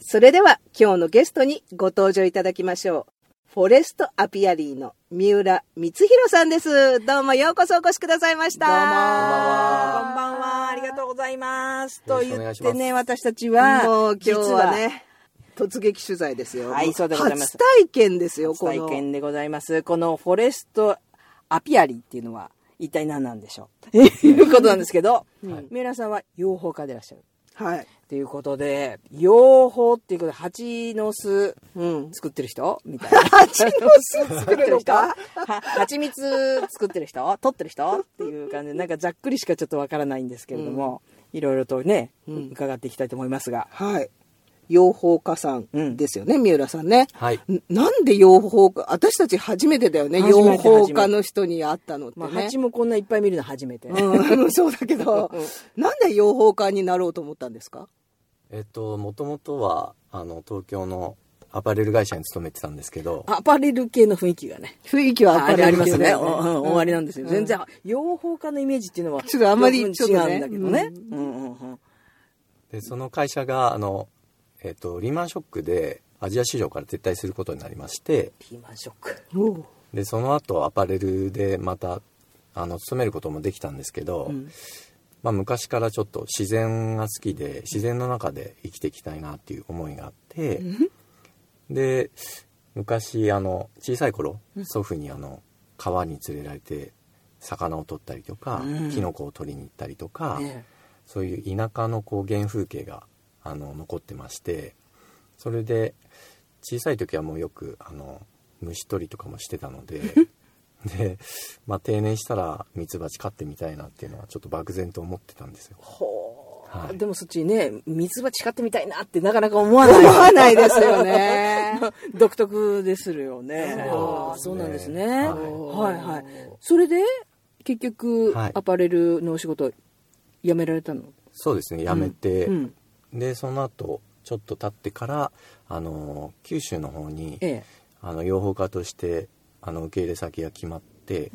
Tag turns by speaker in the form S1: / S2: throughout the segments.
S1: それでは今日のゲストにご登場いただきましょう。フォレストアピアリーの三浦光弘さんです。どうもようこそお越しくださいました。
S2: どうもこ
S3: こ
S2: ん
S3: んばんは、ありがとうございます。
S2: よ
S3: と
S2: ろしくお
S3: 言
S2: 願
S3: っ
S2: いします
S3: てね、私たちは、
S1: もう今日は
S3: 実は、
S1: ね、突撃取材ですよ。
S3: はいそうでございま
S1: 初
S3: す
S1: 体験ですよ、
S3: 初
S1: この。
S3: 体験でございます。このフォレストアピアリーっていうのは、一体何なんでしょうということなんです けど、三浦さんは養蜂家でいらっしゃる。
S1: はい。
S3: ということで、養蜂っていうことで、蜂の巣
S1: うん。
S3: 作ってる人みたいな。
S1: 蜂の巣作るのか
S3: は蜂蜜作ってる人取ってる人っていう感じで、なんかざっくりしかちょっとわからないんですけれども、いろいろとね、
S1: うん
S3: 伺っていきたいと思いますが。
S1: はい。養蜂家さんですよね、三浦さんね。
S2: はい。
S1: んなんで養蜂家私たち初めてだよね、
S3: 初めて
S1: 養蜂家の人に会ったのって
S3: まあ、
S1: ね
S3: 蜂。もこんないっぱい見るの初め て。
S1: うん、そうだけど、なんで養蜂家になろうと思ったんですか
S2: えっと、もともとは、あの、東京のアパレル会社に勤めてたんですけど、
S3: アパレル系の雰囲気がね。
S1: 雰囲気は
S3: あれありますね。
S1: 明るいけど
S3: 終わりなんですよ。
S1: うん
S3: 全然、養蜂家のイメージっていうのは、
S1: ちょっとあんまり
S3: 十分
S1: ちょっとね
S3: 違うんだけどね。うんうんうん
S2: で、その会社が、あの、えっと、リーマンショックでアジア市場から撤退することになりまして、
S3: ピーマンショック。
S1: おう
S2: で、その後アパレルでまた、あの、勤めることもできたんですけど、まあ、昔からちょっと自然が好きで、自然の中で生きていきたいなっていう思いがあって、で、昔、あの、小さい頃、祖父にあの、川に連れられて、魚を取ったりとか、
S3: うん
S2: キノコを取りに行ったりとか、
S3: ね
S2: そういう田舎のこう原風景があの残ってましてそれで小さい時はもうよくあの虫取りとかもしてた のでで、まあ、定年したらミツバチ飼ってみたいなっていうのはちょっと漠然と思ってたんですよ。
S3: ほう、
S2: はい
S3: でもそっちね、水は誓ってみたいなってなかなか思 わない。
S1: 思わないですよね。
S3: 独特でするよね。あ
S2: そ
S3: あ
S2: う
S3: そうなんですね。はい
S2: は
S3: はいはい。それで、結局、
S2: はい
S3: アパレルのお仕事、辞められたの
S2: そうですねやめて、
S3: うん。
S2: でその後ちょっと経ってからあの九州の方に
S3: ええ。
S2: あの養蜂家としてあの受け入れ先が決まって、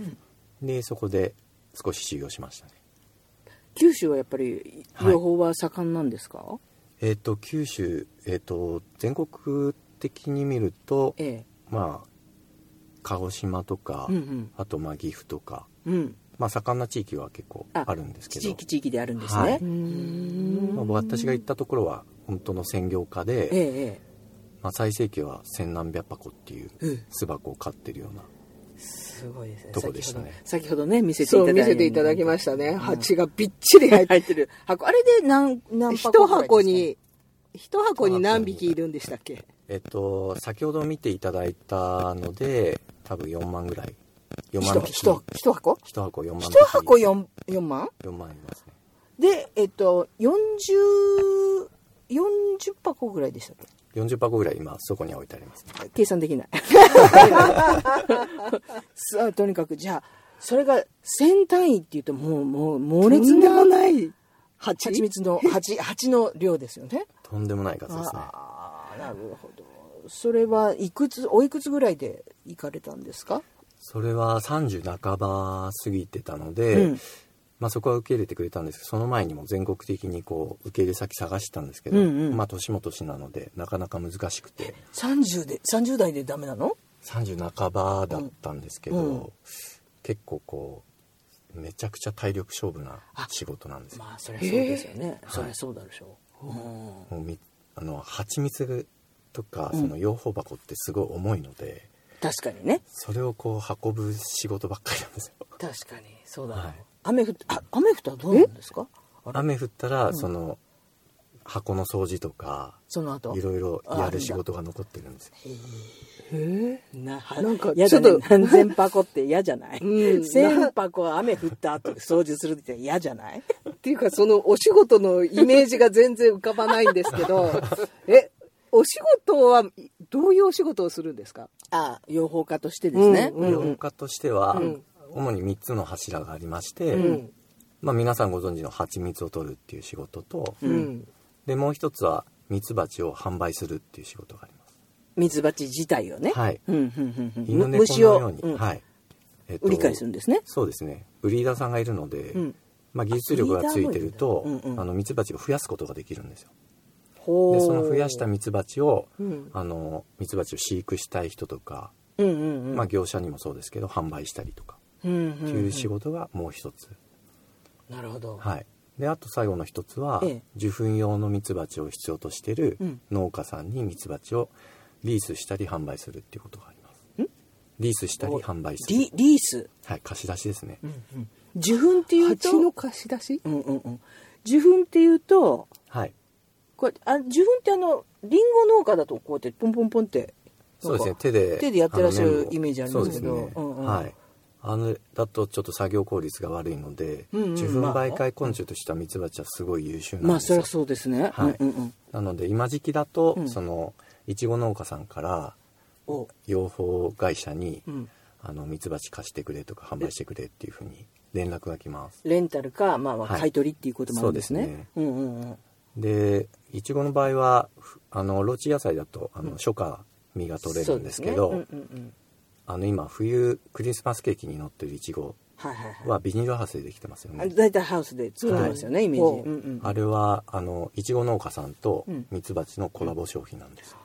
S2: でそこで少し修行しましたね。
S3: 九州はやっぱり
S2: はい
S3: 養蜂は盛んなんですか、
S2: えっ、と九州えっ、と全国的に見ると
S3: ええ
S2: まあ鹿児島とか、
S3: うん
S2: あとまあ岐阜とか
S3: うんうん
S2: まあ盛んな地域は結構
S3: あ
S2: あるんですけど
S3: 地域地域であるんですね、
S2: はいう
S3: ーん
S2: まあ、私が行ったところは本当の専業家で、
S3: ええ
S2: まあ、最盛期は千何百箱っていう
S3: ええ
S2: 巣箱を飼ってるような
S3: すごいですね
S2: とこでしたね
S3: 先ほど先ほどね見せていた
S1: そ、
S3: だいうた
S1: 見せていただきました
S3: う
S1: ね。
S3: ん
S1: 蜂がびっちり入って
S3: 入ってる箱あれで何何
S1: 一
S3: 箱ぐらいですか
S1: 箱に、一箱に何匹いるんでしたっけ
S2: えっ、と先ほど見ていただいたので多分4万ぐらい4
S3: 一
S2: 万匹
S3: 一一箱
S2: 一箱4万
S3: 一箱
S2: 匹
S3: 4, 四万
S2: 4万いますね
S3: でえっと4040箱ぐらいでしたっ
S2: 40箱ぐらい今そこには置いてあります
S3: け計算でき ないさあとにかくじゃあそれが1000単位っていうともうもう猛
S1: と
S3: 烈
S1: んでも
S3: な
S1: ない蜂
S3: 蜂蜜の蜂蜂の量ですよね。
S2: とんでもない数ですね
S3: ああなるほど。それはいくつおいくつぐらいで行かれたんですか？
S2: それは30半ば過ぎてたので、
S3: うん
S2: まあ、そこは受け入れてくれたんですけどその前にも全国的にこう受け入れ先探してたんですけど、
S3: うんうん
S2: まあ、年も年なのでなかなか難しくて
S3: 三十で三十代でダメなの？
S2: 30半ばだったんですけど、
S3: うんうん
S2: 結構こうめちゃくちゃ体力勝負な仕事なんですよ。
S3: まあそりゃそうですよね。
S2: え
S3: そりゃそうだでしょう。うん
S2: もうみあの蜂蜜とか
S3: うん
S2: その養蜂箱ってすごい重いので、
S3: 確かにね。
S2: それをこう運ぶ仕事ばっかりなんですよ。
S3: 確かにそうだ、
S2: はい
S3: 雨降っあ雨降ったらどうなんですか？あら
S2: 雨降ったらその箱の掃除とか
S3: その後
S2: いろいろやる仕事が残ってるんですよ
S3: な
S1: なんか
S3: 嫌だ
S1: ち
S3: ね
S1: ょっと
S3: 何千箱って嫌じゃない？
S1: うん
S3: 千箱雨降った後掃除するって嫌じゃない？
S1: っていうかそのお仕事のイメージが全然浮かばないんですけど えお仕事はどういうお仕事をするんですか
S3: あ養蜂家としてですね。
S1: うんうん
S2: 養家としては、
S1: うん
S2: 主に3つの柱がありまして、
S1: うん
S2: まあ、皆さんご存知の蜂蜜を取るっていう仕事と、
S1: うん、
S2: でもう一つは蜜蜂を販売するっていう仕事があります、
S3: 蜜蜂自体をね、
S2: はい
S3: うんうんうんうんむ
S2: 犬猫の
S3: 虫
S2: よう
S3: を
S2: に、
S3: うん
S2: はいえっと
S3: 売り買いするんですね。
S2: そうですねブリーダーさんがいるので、
S3: うん
S2: まあ、技術力がついてると
S3: あブリーダーもいるんだうんうん
S2: あの蜜蜂を増やすことができるんですよ
S3: ほう
S2: でその増やしたミツバチを、
S1: うん
S2: あのミツバチを飼育したい人とか、
S3: うんうんうん
S2: まあ、業者にもそうですけど販売したりとか
S3: うんうん
S2: っ
S3: う
S2: て
S3: ん
S2: いう仕事がもう一つ、
S3: なるほど、
S2: はい、であと最後の一つは、
S3: ええ
S2: 受粉用のミツバチを必要としている
S3: うん
S2: 農家さんにミツバチをリースしたり販売するっていうことがありますリースしたり販売する
S3: リリース、
S2: はい貸し出しですね、
S3: 受粉っていうと
S1: 蜂の貸し出し
S3: うんうんうん、受粉っていうと
S2: はい
S3: これあ受粉ってあのリンゴ農家だとこうやってポンポンポンって
S2: そうですね
S3: なんか
S2: 手で
S3: 手でやってらっしゃる
S2: あの面を
S3: イメージありますけど
S2: そうですね
S3: うんうん
S2: はいあのだとちょっと作業効率が悪いので、
S3: うんうん
S2: 受粉媒介昆虫としてはミツバチはすごい優秀なん
S3: まあ
S2: です
S3: そ
S2: よ、
S3: りゃそうですね、
S2: はい
S3: うんうん
S2: なので今時期だと、
S3: うん
S2: そのいちご農家さんから
S3: うんお
S2: 養蜂会社に、
S3: うん
S2: あのミツバチ貸してくれとか販売してくれっていうふうに連絡が来ます
S3: レンタルか、まあ、まあ
S2: はい
S3: 買い取りっていうこともあるんですね。
S2: そうですね
S3: うんうんうん。
S2: でいちごの場合はふあのローチ野菜だとあの初夏実が取れるんですけど、
S3: そうですねうんうんうん。
S2: あの今冬クリスマスケーキに乗ってるいちご
S3: はいはいはい。
S2: はビニールハウスでできてますよ
S3: あ
S2: ね、
S3: 大体ハウスで作ってますよね、
S1: はい
S3: イメージ。うんうん。
S2: あれはあのいちご農家さんと
S3: うん
S2: ミツバチのコラボ商品なんです、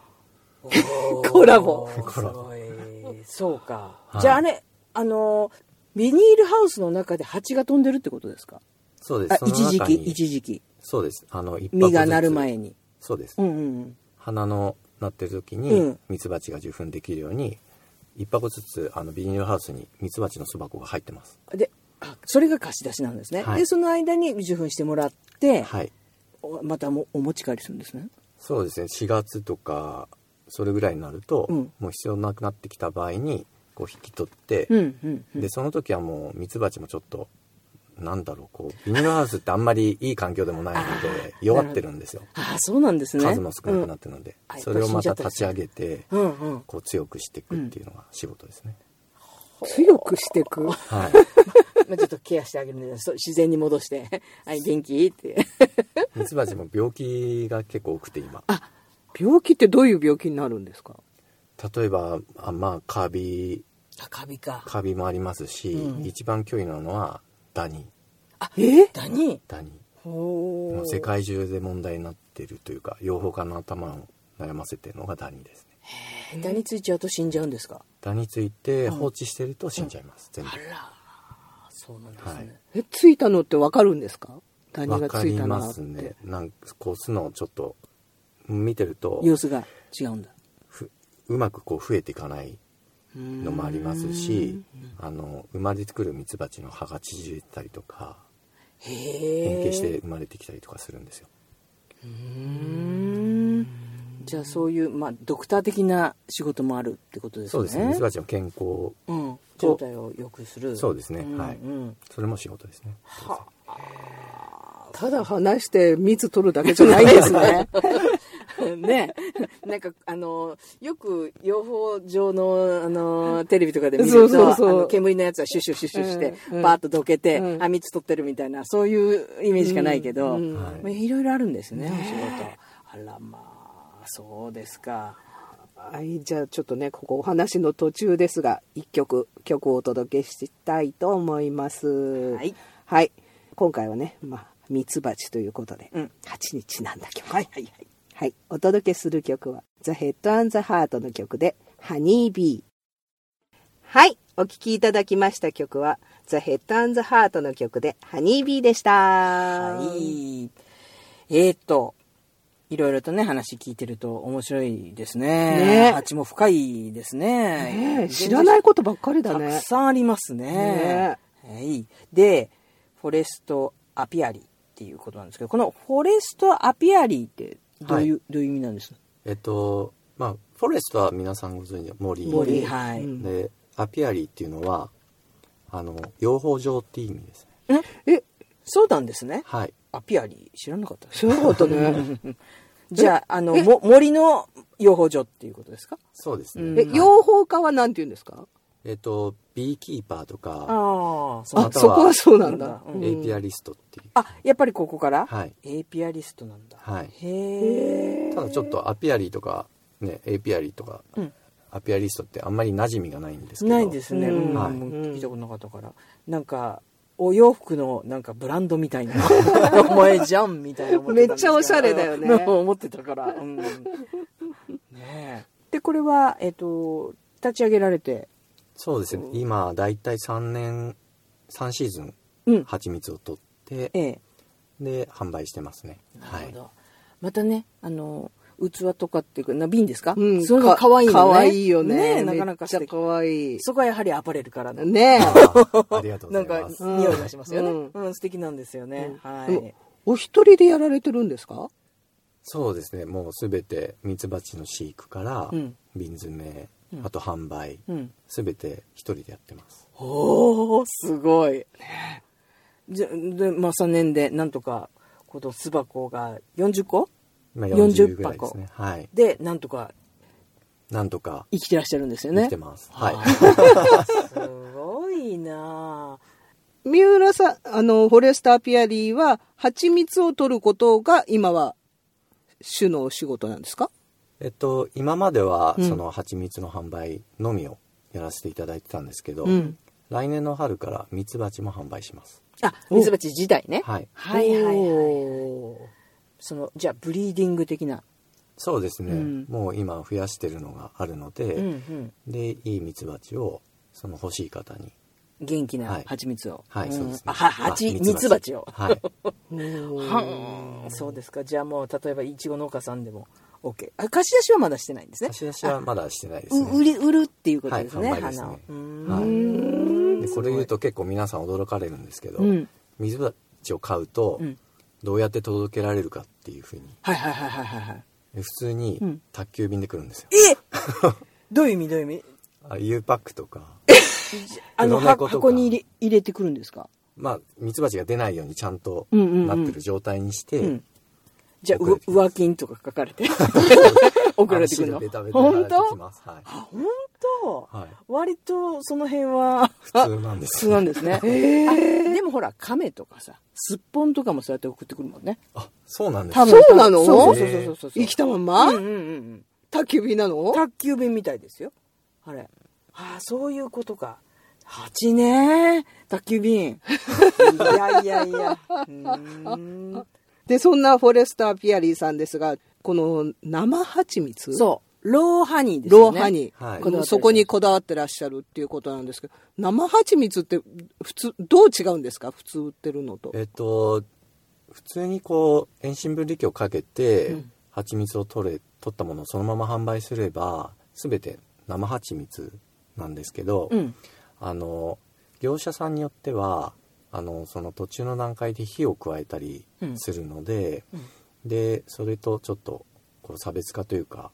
S3: おー
S1: コラボ
S2: コラボ
S3: すごいそうか。
S2: はい
S3: じゃああれ、あのー、ビニールハウスの中で蜂が飛んでるってことですか
S2: そうで
S3: あ
S2: すその
S3: 一時
S2: 中
S3: 期、
S2: に
S3: 一時期。
S2: そうですあの一
S3: 実がなる
S2: に
S3: 前に。
S2: そうです、
S3: うんうん
S2: 花のなってる時
S3: う
S2: に
S3: ん
S2: ミツバチが受粉できるように一箱ずつあのビニールハウスにミツバチの巣箱が入ってます
S3: うん。で、あそれが貸し出しなんですね。
S2: はい
S3: で、その間に受粉してもらって、
S2: はい
S3: おまたもお持ち帰りするんですね。
S2: そうですね4月とかそれぐらいになると、
S3: うん
S2: もう必要なくなってきた場合にこう引き取って、
S3: うんうんうん。
S2: でその時はもうミツバチもちょっとなんだろうこうビニールハウスってあんまりいい環境でもないので弱ってるんですよ
S3: ああ、そうなんですね。
S2: 数も少なくなってるので、
S3: うんあ
S2: それをまた
S3: やっぱり
S2: 立ち上げて
S3: うんうんうん。
S2: こう強くしていくっていうのが仕事ですね、
S1: 強くして く
S2: はい
S3: まあちょっとケアしてあげるんで、そう自然に戻して、 はい、元気って。
S2: ミツバチも病気が結構多くて今
S1: 病気ってどういう病気になるんですか
S2: 例えばあまあカビ
S3: あ、カビか。
S2: カビもありますし、
S3: うん
S2: 一番脅威なのはダニ
S1: え
S3: ダニ
S2: ダニ
S3: ほ
S2: も
S3: ー
S2: う世界中で問題になっているというか養蜂家の頭を悩ませてるのがダニですね
S3: えダニついちゃうと死んじゃうんですか
S2: ダニついて放置してると死んじゃいます、全
S3: あら、そうなんですね。
S2: はい
S1: えついたのってわかるんですかダ
S2: 部
S1: ニ
S2: わ
S1: が
S2: か
S1: つい
S2: り
S1: たな
S2: ま
S1: っ
S2: す
S1: て、
S2: ねなんかこう巣のちょっと見てると
S3: 様子が違うんだ。
S2: ふうまくこう増えていかないのもありますしあの生まれてくるミツバチの葉が縮れてたりとか
S3: へ
S2: 変
S3: え。
S2: 形して生まれてきたりとかするんですよ
S3: じゃあそういう、まあ、ドクター的な仕事もあるってことですね。
S2: そうですねミツバチの健康
S3: うん。状態を良くする。
S2: そうですね、
S3: ん
S2: はい
S3: うん。
S2: それも仕事ですね
S1: ただ話して蜜取るだけじゃないです ね
S3: ね、なんかあのよく養蜂場のあのテレビとかで見ると
S1: そうそうそう
S3: あの煙のやつはシュッシュッシュッシュッして、
S1: うんうん
S3: パーッとどけて、
S1: うん
S3: あ蜜取ってるみたいなそういうイメージしかないけど、
S1: うん
S2: はい
S3: まあ、いろいろあるんですねお仕事あらまあそうですか、
S1: はいじゃあちょっとねここお話の途中ですが一曲曲をお届けしたいと思いますはいはい、今回はねまあミツバチということで、
S3: うん
S1: 蜂にちなんだ曲
S3: はいはいはい
S1: はい、お届けする曲は、ザ・ヘッド・アン・ザ・ハートの曲で、ハニー・ビー。はい、お聴きいただきました曲は、ザ・ヘッド・アン・ザ・ハートの曲で、ハニー・ビーでした。はい。
S3: はいえー、っといろいろとね話聞いてると面白いですね
S1: ね
S3: 蜂も深いですね
S1: ねえ知らないことばっかりだ
S3: た
S1: ね
S3: く。さんありますね。はい。で、フォレストアピアリーっていうことなんですけど、このフォレストアピアリーってどういう、どういう意味なんですか
S2: えっとまあフォレストは皆さんご存知の森
S3: 森、はい。
S1: うん
S2: でアピアリーっていうのはあの養蜂場っていう意味ですね
S1: え、
S3: そうなんですね。
S2: はい
S3: アピアリー知らなかったです。
S1: 知らなかったね。
S3: じゃあ、あの、も森の養蜂場っていうことですか
S2: そうですね、
S3: うん
S2: は
S1: え、
S2: い
S1: 養蜂家はなんて言うんですか
S2: えっとビーキーパーとか
S3: ああ、そうな
S1: あ
S3: ん、だ。
S2: 方
S1: そ
S2: は
S1: こはそうなんだ。
S3: う
S2: エイピアリストっていう、
S3: あ、やっぱりここから、
S2: はい
S3: エイピアリストなんだ。
S2: はい
S3: へえ。
S2: ただちょっとアピアリーとかねエイピアリーとか、
S3: うん
S2: アピアリストってあんまり馴染みがないんですけど
S3: ないですね、
S1: うん
S3: うん
S2: はい
S3: もう聞いたことなかったから、なんかお洋服のなんかブランドみた いな名前じゃんみたいな思ってたんですけ
S1: めっちゃ
S3: ど
S1: おしゃれだよね
S3: うん思ってたから、うん、ねえでこれはえっ、と立ち上げられて
S2: そうですね今だいたい3年3シーズン
S3: うん
S2: 蜂蜜を取って、
S3: ええ
S2: で販売してますね
S3: な
S2: は
S3: る
S2: い
S3: ほど、またねあの器とかっていうかな瓶ですか、
S1: うん、
S3: それが可愛いのね
S1: かわいいよね。
S3: えなかなか素
S1: めっちゃ
S3: 敵
S1: 可愛い。
S3: そこはやはりアパレルからの
S1: ね
S2: あーありがとう
S3: な
S2: ご
S3: ん
S2: ざい
S3: か
S2: ます
S1: うん
S3: 匂いがしますよね、
S1: う
S3: うん
S1: ん
S3: 素敵なんですよね、
S1: うん
S3: は
S1: え。
S3: い、
S1: でもお一人でやられてるんですか
S2: そうですねもうすべてミツバチの飼育から
S3: うん
S2: 瓶詰め、
S3: うん
S2: あと販売
S3: うん、
S2: すべて一人でやってます
S3: おーすごいじゃで、まあ、3年でなんとかこの巣箱が40個
S2: 今
S3: 40
S2: 40ぐらいですねはい
S3: でなんとか
S2: なんとか
S3: 生きてらっしゃるんですよね
S2: 生きてます、はい
S3: いすごいなあ
S1: 三浦さん、あの、フォレスターピアリーは、蜂蜜を取ることが今は主のお仕事なんですか
S2: えっと今までは
S1: うん
S2: その蜂蜜の販売のみをやらせていただいてたんですけど、
S1: うん
S2: 来年の春からミツバチも販売します
S3: あミツバチ自体ね
S2: はい
S3: はいはいはい
S1: おー
S3: そのじゃあブリーディング的な、
S2: そうですね、
S3: うん
S2: もう今増やしてるのがあるので、
S3: うんうん、
S2: でいいミツバチをその欲しい方に
S3: 元気
S2: は
S3: ない蜂蜜を、
S2: はい、そうですね
S3: あは蜂蜜蜂を
S2: はい
S3: はんそうですかじゃあもう例えばいちご農家さんでも OK あ貸し出しはまだしてないん ですね
S2: 貸し出しはまだしてないですね
S3: う売り売るっていうことですね、
S2: はい販売ですね
S3: 花をうーん、
S2: はい、でこれ言うと結構皆さん驚かれるんですけど、
S3: うん
S2: ミツバチを買うと
S3: うん
S2: どうやって届けられるかっていうふうに
S3: はいはいはいはいはいはい
S2: 普通に
S3: うん
S2: 宅急便で来るんですよ、
S3: えどういう意味どういう意味
S2: あ U パックとか
S3: あの
S2: 黒猫
S3: 箱
S2: とか
S3: 箱に入れ入れてくるんですか、
S2: まあミツバチが出ないようにちゃんと
S3: うんうんうん
S2: なってる状態にして、
S3: うんじゃあ
S2: 送
S3: う
S2: られてきます
S3: 上金とか書かれ て送られてくるの
S2: あの汁ベタベタ
S3: 本
S2: 貼られてき
S3: 当
S2: ますはい、
S3: 本当、
S2: はい
S3: 割とその辺 は
S2: 普通なんです
S3: そうなんですね、あでもほら亀とかさすっぽんとかもそうやって送ってくるもんね
S2: あそうなんです
S3: 多分
S1: そうなの
S3: そうそうそうそうそう
S1: 生きたまんま、
S3: うんうんうんうん
S1: 焚き火なの
S3: 宅急便みたいですよあれああそういうことか蜂ね宅急便いやいやいやうーん
S1: で、そんなフォレスターピアリーさんですが、この生蜂蜜
S3: そうローハニーです
S1: ロ
S3: よね
S1: ーハニー、
S2: はい
S1: このそこにこだわってらっしゃるっていうことなんですけど生蜂蜜って普通どう違うんですか普通売ってるのと
S2: えっと普通にこう遠心分離器をかけて、蜂蜜を取れ取ったものをそのまま販売すれば全て生蜂蜜なんですけど、
S3: うん
S2: あの業者さんによってはあのその途中の段階で火を加えたりするので、でそれとちょっとこう差別化というか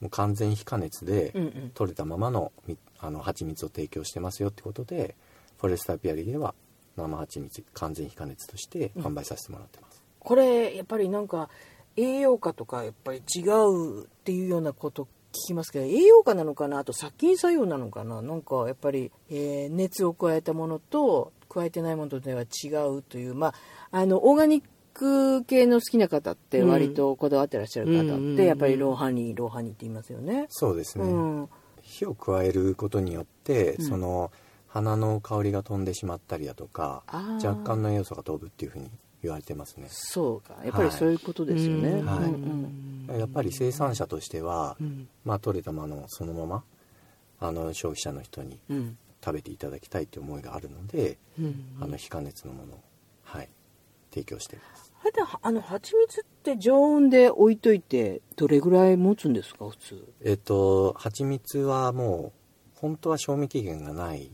S2: もう完全非加熱で
S3: うんうん
S2: 取れたままのみあの蜂蜜を提供してますよってことでフォレスターピアリーでは生蜂蜜完全非加熱として販売させてもらってます、
S3: これやっぱりなんか栄養価とかやっぱり違うっていうようなこと聞きますけど栄養価なのかなあと殺菌作用なのかななんかやっぱり、えー熱を加えたものと加えてないものでは違うというまああのオーガニック系の好きな方って割とこだわってらっしゃる
S1: うんうんうん
S3: 方
S1: う
S3: っ
S1: ん
S3: てやっぱりローハニーローハニーって言いますよね。
S2: そうです
S3: う
S2: ね、
S3: ん、
S2: 火を加えることによって、
S3: うん
S2: その花の香りが飛んでしまったりだとか
S3: あー
S2: 若干の栄養素が飛ぶっていうふうに言われてますね
S3: そうかやっぱりそういうことですよね。
S1: うん
S2: はい
S3: うんうん
S2: やっぱり生産者としては、
S1: ん
S2: まあ取れたものをそのままあの消費者の人に
S3: うん
S2: 食べていただきたいという思いがあるので、あの非加熱のものを、はい、提供しています
S3: あれであの蜂蜜って常温で置いといてどれぐらい持つんですか普通
S2: えっと蜂蜜はもう本当は賞味期限がない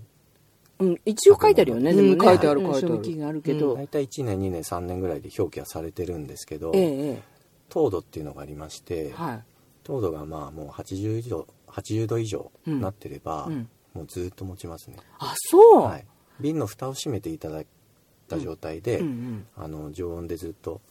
S3: うん一応書いてあるよね、
S1: うん
S3: でもね
S1: 書いてある
S3: うん
S1: 書いてある
S3: 賞味期限あるけど、
S2: 大体1年2年3年ぐらいで表記はされてるんですけど、
S3: えええ
S2: 糖度っていうのがありまして、
S3: えはい
S2: 糖度がまあもう80度80度以上
S3: うん
S2: なってれば、
S3: うん
S2: もうずっと持ちますね、
S3: あそう、
S2: はい、瓶の蓋を閉めていただいた状態で、
S3: うんうん、
S2: あの常温でずっと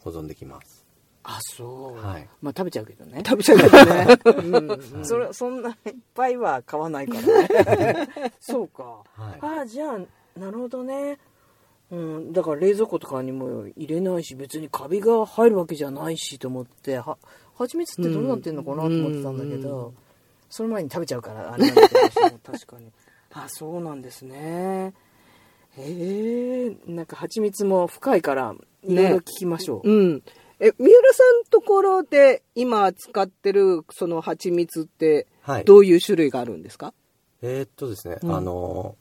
S2: 保存できます
S3: あそう、
S2: はい
S3: まあ食べちゃうけどね
S1: 食べちゃうけどね、うん
S3: それそんないっぱいは買わないからね そうか、
S2: はい
S3: あじゃあなるほどねうん、だから冷蔵庫とかにも入れないし別にカビが入るわけじゃないしと思っては蜂蜜ってどうなってんのかなと思ってたんだけど、そ の前に食べちゃうからあれなんだけど確かにあそうなんですねへえなんか蜂蜜も深いからいろいろ聞きましょう、
S1: うん。え、三浦さんところで今使ってるその蜂蜜って
S2: はい
S1: どういう種類があるんですか、
S2: えーっとですね、
S1: うん
S2: あの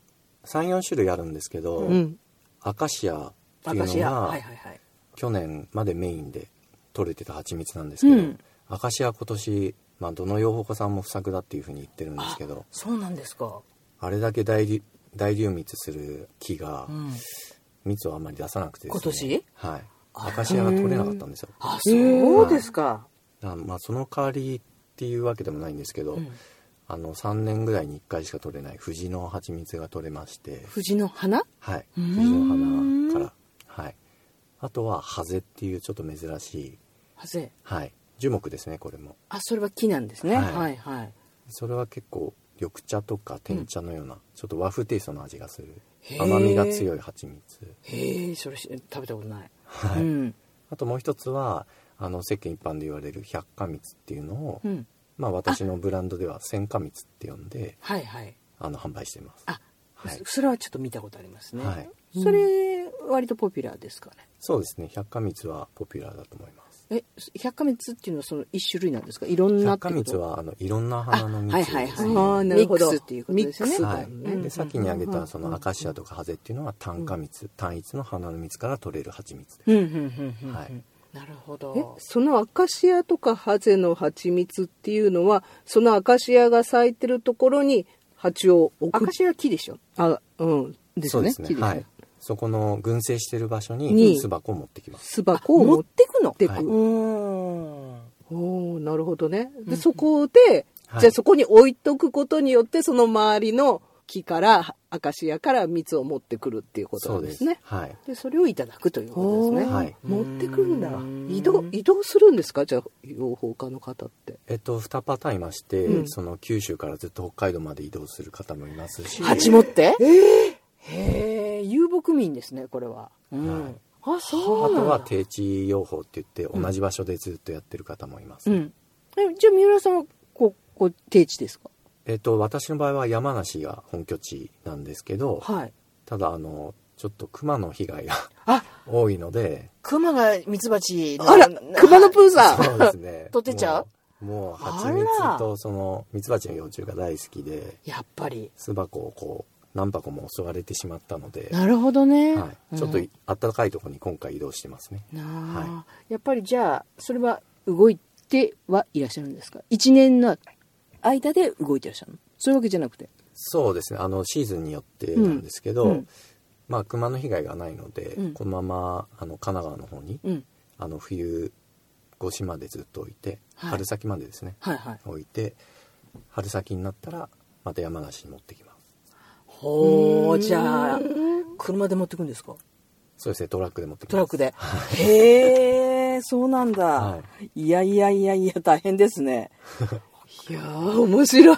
S2: 34種類あるんですけど、
S1: うん。
S2: アカシアっていう
S3: 明石
S2: の
S3: 家
S2: が、
S3: はいはいはい
S2: 去年までメインで取れてた蜂蜜なんですけど、
S3: うん
S2: アカシア今年、まあ、どの養蜂家さんも不作だっていうふうに言ってるんですけど
S3: そうなんですか、
S2: あれだけ大流大流蜜する木が
S3: うん、
S2: 蜜をあんまり出さなくてですね
S3: 今年
S2: はい
S3: あ
S2: アカシアが取れなかったんですよだか
S3: あそうですか、
S2: らまあその代わりっていうわけでもないんですけど、
S3: うん
S2: あの3年ぐらいに1回しか取れない藤の蜂蜜が取れまして
S1: 藤の花
S2: はい
S3: ーん
S2: 藤の花からはいあとはハゼっていうちょっと珍しい
S3: はぜ
S2: はい樹木ですねこれも
S3: あそれは木なんですね、は、
S2: はいい
S3: はい
S2: それは結構緑茶とか天茶のような、ちょっと和風テイストの味がする
S3: へー
S2: 甘みが強い蜂蜜
S3: へえそれし食べたことない、
S2: はい、
S3: うん
S2: あともう一つはあの世間一般で言われる百花蜜っていうのを、
S3: うん
S2: まあ私のブランドでは千花蜜って呼んで
S3: はいはい
S2: あの販売してます
S3: あ、
S2: はい
S3: そそれはちょっと見たことありますね、
S2: はい
S3: それ割とポピュラーですかね
S2: そうですね百花蜜はポピュラーだと思います
S3: え百花蜜っていうのはその一種類なんですかいろんなってこ
S2: 百花
S3: と
S2: 蜜はあのいろんな花の
S3: あは
S2: 蜜
S3: いはい
S2: です
S3: は
S2: ね
S3: い
S1: あーなるほど。
S3: ミックスっていうことですよね
S1: ミックス
S2: は
S1: だ
S2: い
S1: よ
S3: うん
S1: ね。
S2: でさっきに挙げたそのアカシアとかハゼっていうのは単花蜜単一の花の蜜から取れる蜂蜜です
S3: うんうんうんうんうん、
S2: はい
S3: なるほ
S1: え
S3: ど
S1: そのアカシアとかハゼの蜂蜜っていうのはそのアカシアが咲いてるところに蜂を置く
S3: 赤シは木でしょ
S1: あうんです
S2: そう
S1: よ
S2: で
S1: ね
S2: すね
S1: 木ですね
S2: はいそこの群生してる場所
S1: に
S2: に巣箱を持ってきます
S1: 巣箱を持
S3: 持
S1: っ
S3: ってくの
S1: てく、
S2: はいう
S3: ーん
S1: おーなるほどね
S3: うんう
S1: で
S3: ん
S1: そこで、
S2: はい
S1: じゃあそこに置いとくことによってその周りの木からアカシアから蜜を持ってくるっていうこと
S2: そ
S1: な
S2: うんで
S1: ですすね
S2: はい
S3: でそれをいただくということで
S1: お
S3: すね
S1: ー
S2: はい
S1: 持ってくるんだ
S3: うん
S1: 移動移動するんですかじゃあ養蜂家の方って
S2: えっと、2パターンいまして、
S1: うん
S2: その九州からずっと北海道まで移動する方もいますし、
S3: 蜂持ってえへえ遊牧民ですねこれは、うん
S2: はい
S3: あ
S2: あ
S3: そうなんだ
S2: とは定置養蜂って言って同じ場所でずっとやってる方もいます、
S3: うんえじゃあ三浦さんはここ定置ですか
S2: えっと、私の場合は山梨が本拠地なんですけど、
S3: はい
S2: ただあのちょっと熊の 被害が
S3: あ
S2: 多いので
S3: 熊がミツバチ
S1: あら熊野プーさん
S2: そうですね
S3: 取ってちゃ
S2: うもうもう
S3: あ
S2: 蜂
S3: ら
S2: 蜜とその蜜蜂の幼虫が大好きで
S3: やっぱり
S2: 巣箱をこう何箱も襲われてしまったので、
S3: なるほどね、
S2: はい、ちょっとい暖かいところに今回移動してますね
S3: なあ、
S2: は
S3: やっぱりじゃあそれは動いてはいらっしゃるんですか1年の間で動いてらっしゃるのそういうわけじゃなくて
S2: そうですねあのシーズンによってなんですけど、
S3: うんうん
S2: まあ、熊の被害がないので、
S3: うん
S2: このままあの神奈川の方に、
S3: うん
S2: あの冬越しまでずっと置いて、
S3: はい
S2: 春先までですね
S3: はいはい
S2: 置いて春先になったらまた山梨に持ってきます
S3: ほうじゃあ車で持ってくんですか
S2: そうですねトラックで持ってきます
S3: トラックでへえそうなんだ、、
S2: はい
S3: やいやいやいや大変ですね
S1: いやー面白い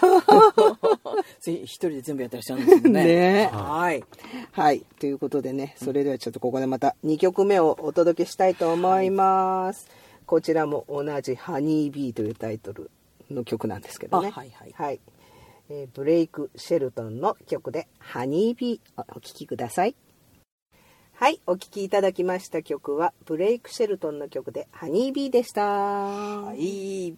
S3: せ一人で全部やってらっしゃるんですよ ね
S1: ねえ
S3: はい
S1: はい。ということでね、それではちょっとここでまた2曲目をお届けしたいと思います。こちらも同じ「ハニービーというタイトルの曲なんですけどね。
S3: あはいはい
S1: えーブレイク・シェルトンの曲で「ハニービーお聴きください。はい。お聴きいただきました曲は、ブレイク・シェルトンの曲で、ハニービーでした。は
S3: は。い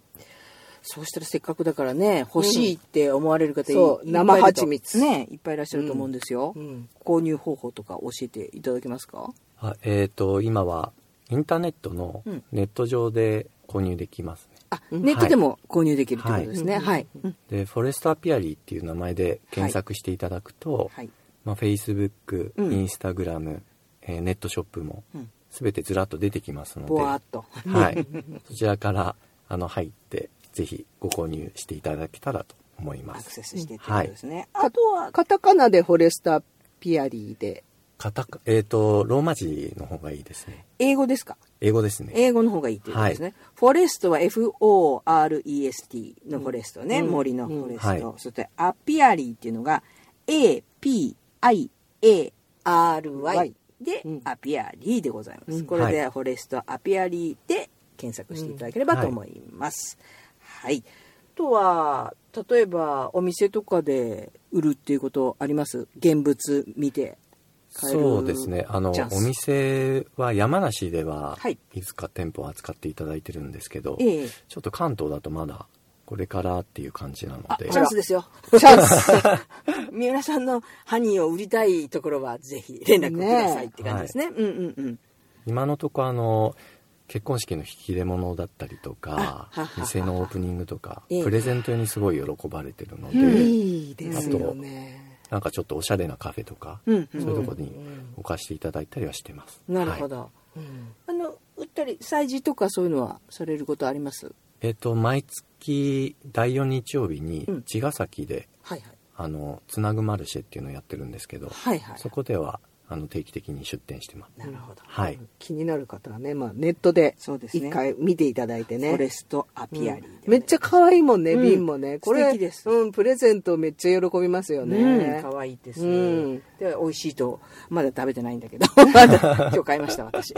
S3: そうしたらせっかくだからね欲しいって思われる方い,、
S1: そう
S3: いっぱいいると
S1: 生蜂蜜
S3: ねいっぱいいらっしゃると思うんですよ、
S1: うん。
S3: 購入方法とか教えていただけますか
S2: あえっ、と今はインターネットの
S3: うん
S2: ネット上で購入できますね、
S3: あ
S1: うん
S3: ネットでも購入できるということですね
S1: はい
S3: はいうん
S2: でフォレスターピアリーっていう名前で検索していただくと、
S3: はい
S2: まあ、Facebook、
S3: うん
S2: Instagram、えーネットショップも
S3: うん
S2: 全てずらっと出てきますので、
S3: ぼわっと
S2: はい、そちらからあの入ってぜひご購入していただけたらと思いま
S3: アク
S2: す
S3: セスしてっていうことですね、あとは
S1: カタカナでフォレスター・ピアリー で、
S2: カタカえっ、とローマ字の方がいいですね
S3: 英語ですか
S2: 英語ですね
S3: 英語の方がいいということですね、フォレストは FOREST のフォレストね、
S1: うん
S3: 森のフォレスト、
S2: うんはい
S3: そしてアピアリーっていうのが APIARY で、
S1: うん
S3: アピアリーでございます、
S1: うん
S3: これで
S2: は
S3: フォレストアピアリーで検索していただければと思います、はい、あとは例えばお店とかで売るっていうことあります現物見て買える
S2: そうですねあの
S3: チャンス
S2: お店は山梨では
S3: はい
S2: いくつか店舗を扱っていただいてるんですけど、
S3: ええ
S2: ちょっと関東だとまだこれからっていう感じなの
S3: あチ
S2: で
S3: ャンスですよチャンス三浦さんのハニーを売りたいところはぜひ連絡くださいって感じですねうんうんうん
S2: 今のとこあの結婚式の引き出物だったりとか
S3: あははは
S2: 店のオープニングとか
S3: ええ
S2: プレゼントにすごい喜ばれてるので、
S1: いいですよね。
S2: なんかちょっとおしゃれなカフェとか、
S3: うんうん
S2: そういうとこに置かしていただいたりはしてます、
S3: なるほ
S2: はい
S3: ど、あの売ったり催事とかそういうのはされることあります
S2: えっ、と毎月第4日曜日に
S3: うん
S2: 茅ヶ崎で、
S3: はいはい
S2: あのつなぐマルシェっていうのをやってるんですけど、
S3: はいはい
S2: そこではあの定期的に出店してます
S3: なるほど
S2: はい
S1: 気になる方はね、まあ、ネットで
S3: そうですね
S1: 一回見ていただいてね
S3: フォレストアピアリーでね、
S1: めっちゃ可愛いもんね、
S3: うん
S1: 瓶もねこれ
S3: 素敵です
S1: うん、プレゼントめっちゃ喜びますよね、
S3: うん、可愛いで
S1: う
S3: す、
S1: ん
S3: で美味しいとまだ食べてないんだけど まだ今日買いました 私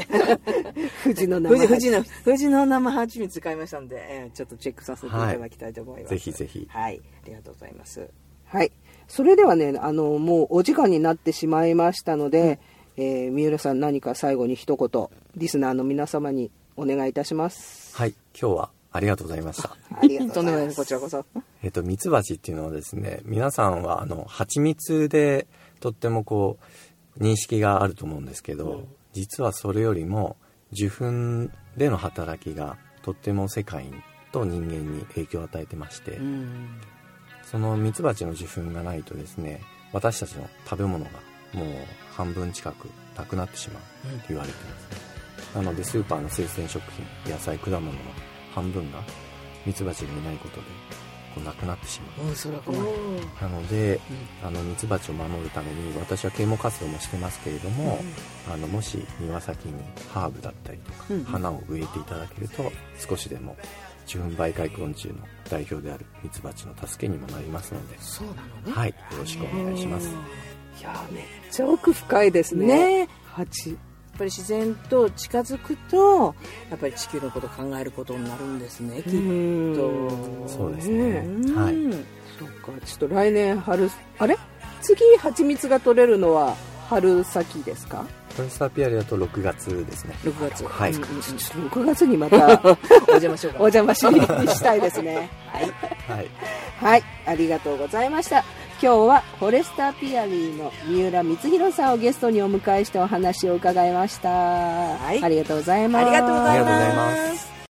S1: 富士の名
S3: 富
S1: 前
S3: 士富士の富士の生蜂蜜買いましたんで、えーちょっとチェックさせていただきたいと思います、
S2: はいぜひぜひ
S3: はいありがとうございます
S1: はいそれではねあのもうお時間になってしまいましたので、えー三浦さん何か最後に一言リスナーの皆様にお願いいたします
S2: はい今日はありがとうございました
S1: ありがとうござ
S3: とんでもない
S1: い
S3: で
S1: ます
S3: すこちらこそ
S2: えっと、ミツバチっていうのはですね、皆さんは、あの、蜂蜜で、とってもこう、認識があると思うんですけど、実はそれよりも、受粉での働きが、とっても世界と人間に影響を与えてまして、
S3: うん
S2: そのミツバチの受粉がないとですね、私たちの食べ物が、もう半分近くなくなってしまうと言われてます、なのでスーパーの生鮮食品野菜果物の半分がミツバチがいないことでこうなくなってしまう
S3: うんそれは困る
S2: なので、あのミツバチを守るために私は啓蒙活動もしてますけれども、あのもし庭先にハーブだったりとか、
S3: うん
S2: 花を植えていただけると少しでも受粉媒介昆虫の代表であるミツバチの助けにもなりますので、
S3: そうなのね
S2: はいよろしくお願いします、
S1: いやーめっちゃ奥深いですね
S3: ねえ
S1: 蜂
S3: やっぱり自然と近づくとやっぱり地球のことを考えることになるんですねきっ
S1: う
S3: と
S1: ん
S2: そうですね
S3: うん
S2: はい
S1: そっかちょっと来年春あれ次蜂蜜が取れるのは春先ですか
S2: フォレスターピアリだと6月ですね
S3: 6月
S2: はい、
S3: うんうんうん
S1: ちょっと6月にま た
S3: お邪魔しようか
S1: お邪魔しにしたいですね
S2: はい
S1: はいありがとうございました今日はフォレスターピアリーの三浦光弘さんをゲストにお迎えしてお話を伺いました、
S3: い
S1: ありがとうございます
S3: ありがとうご
S2: あ
S3: ざ
S2: り
S3: い
S2: がとうご
S3: ま
S2: ざいます